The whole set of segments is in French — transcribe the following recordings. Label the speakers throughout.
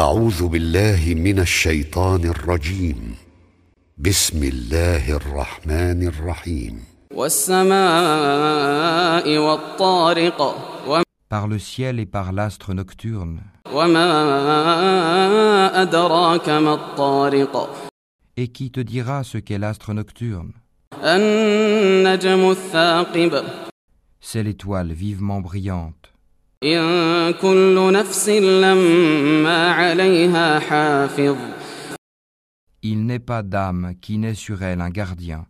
Speaker 1: اعوذ بالله من الشيطان الرجيم بسم الله الرحمن الرحيم
Speaker 2: والسماء والطارق وم-
Speaker 3: par le ciel et par l'astre nocturne.
Speaker 2: وما أدراك ما الطارق
Speaker 3: Et qui te dira ce qu'est l'astre nocturne
Speaker 2: النجم الثاقب
Speaker 3: C'est l'étoile vivement brillante.
Speaker 2: إن كل نفس لما عليها حافظ
Speaker 3: Il n'est pas d'âme qui n'ait sur elle un gardien.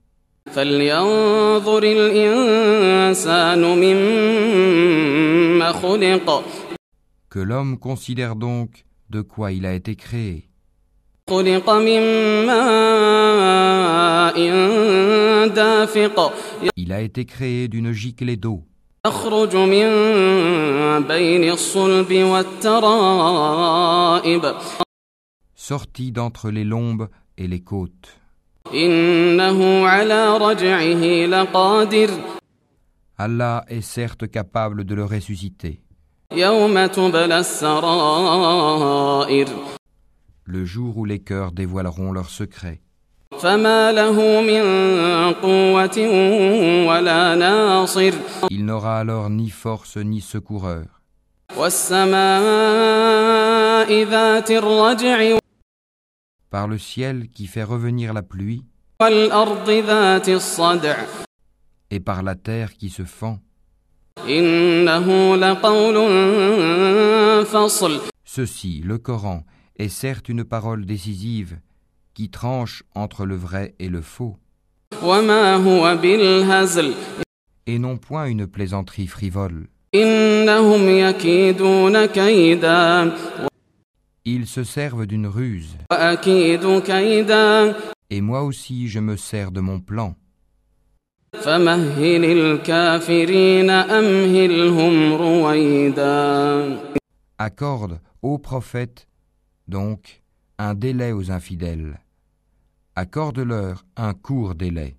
Speaker 2: فلينظر الإنسان مما خلق
Speaker 3: Que l'homme considère donc de quoi il a été créé.
Speaker 2: خلق من ماء دافق
Speaker 3: Il a été créé d'une giclée d'eau
Speaker 2: يخرج من بين الصلب والترائب
Speaker 3: sortie d'entre les lombes et les côtes.
Speaker 2: إنه على رجعه لقادر
Speaker 3: Allah est certes capable de le ressusciter,
Speaker 2: يوم تبلى السرائر
Speaker 3: le jour où les cœurs dévoileront leurs secrets.
Speaker 2: فما له من قوة ولا ناصر
Speaker 3: Il n'aura alors ni force ni secoureur.
Speaker 2: والسماء ذات الرجع
Speaker 3: Par le ciel qui fait revenir la pluie,
Speaker 2: والأرض ذات الصدع
Speaker 3: et par la terre qui se fend.
Speaker 2: إنه لقول فصل
Speaker 3: Ceci, le Coran, est certes une parole décisive qui tranche entre le vrai et le faux,
Speaker 2: وما هو بالهزل
Speaker 3: et non point une plaisanterie frivole.
Speaker 2: إنهم يكيدون كيدا
Speaker 3: Ils se servent d'une ruse,
Speaker 2: وأكيد كيدا
Speaker 3: et moi aussi je me sers de mon plan.
Speaker 2: فمهل الكافرين أمهلهم رويدا
Speaker 3: Accorde, ô prophète, donc, un délai aux infidèles. Accorde-leur un court délai.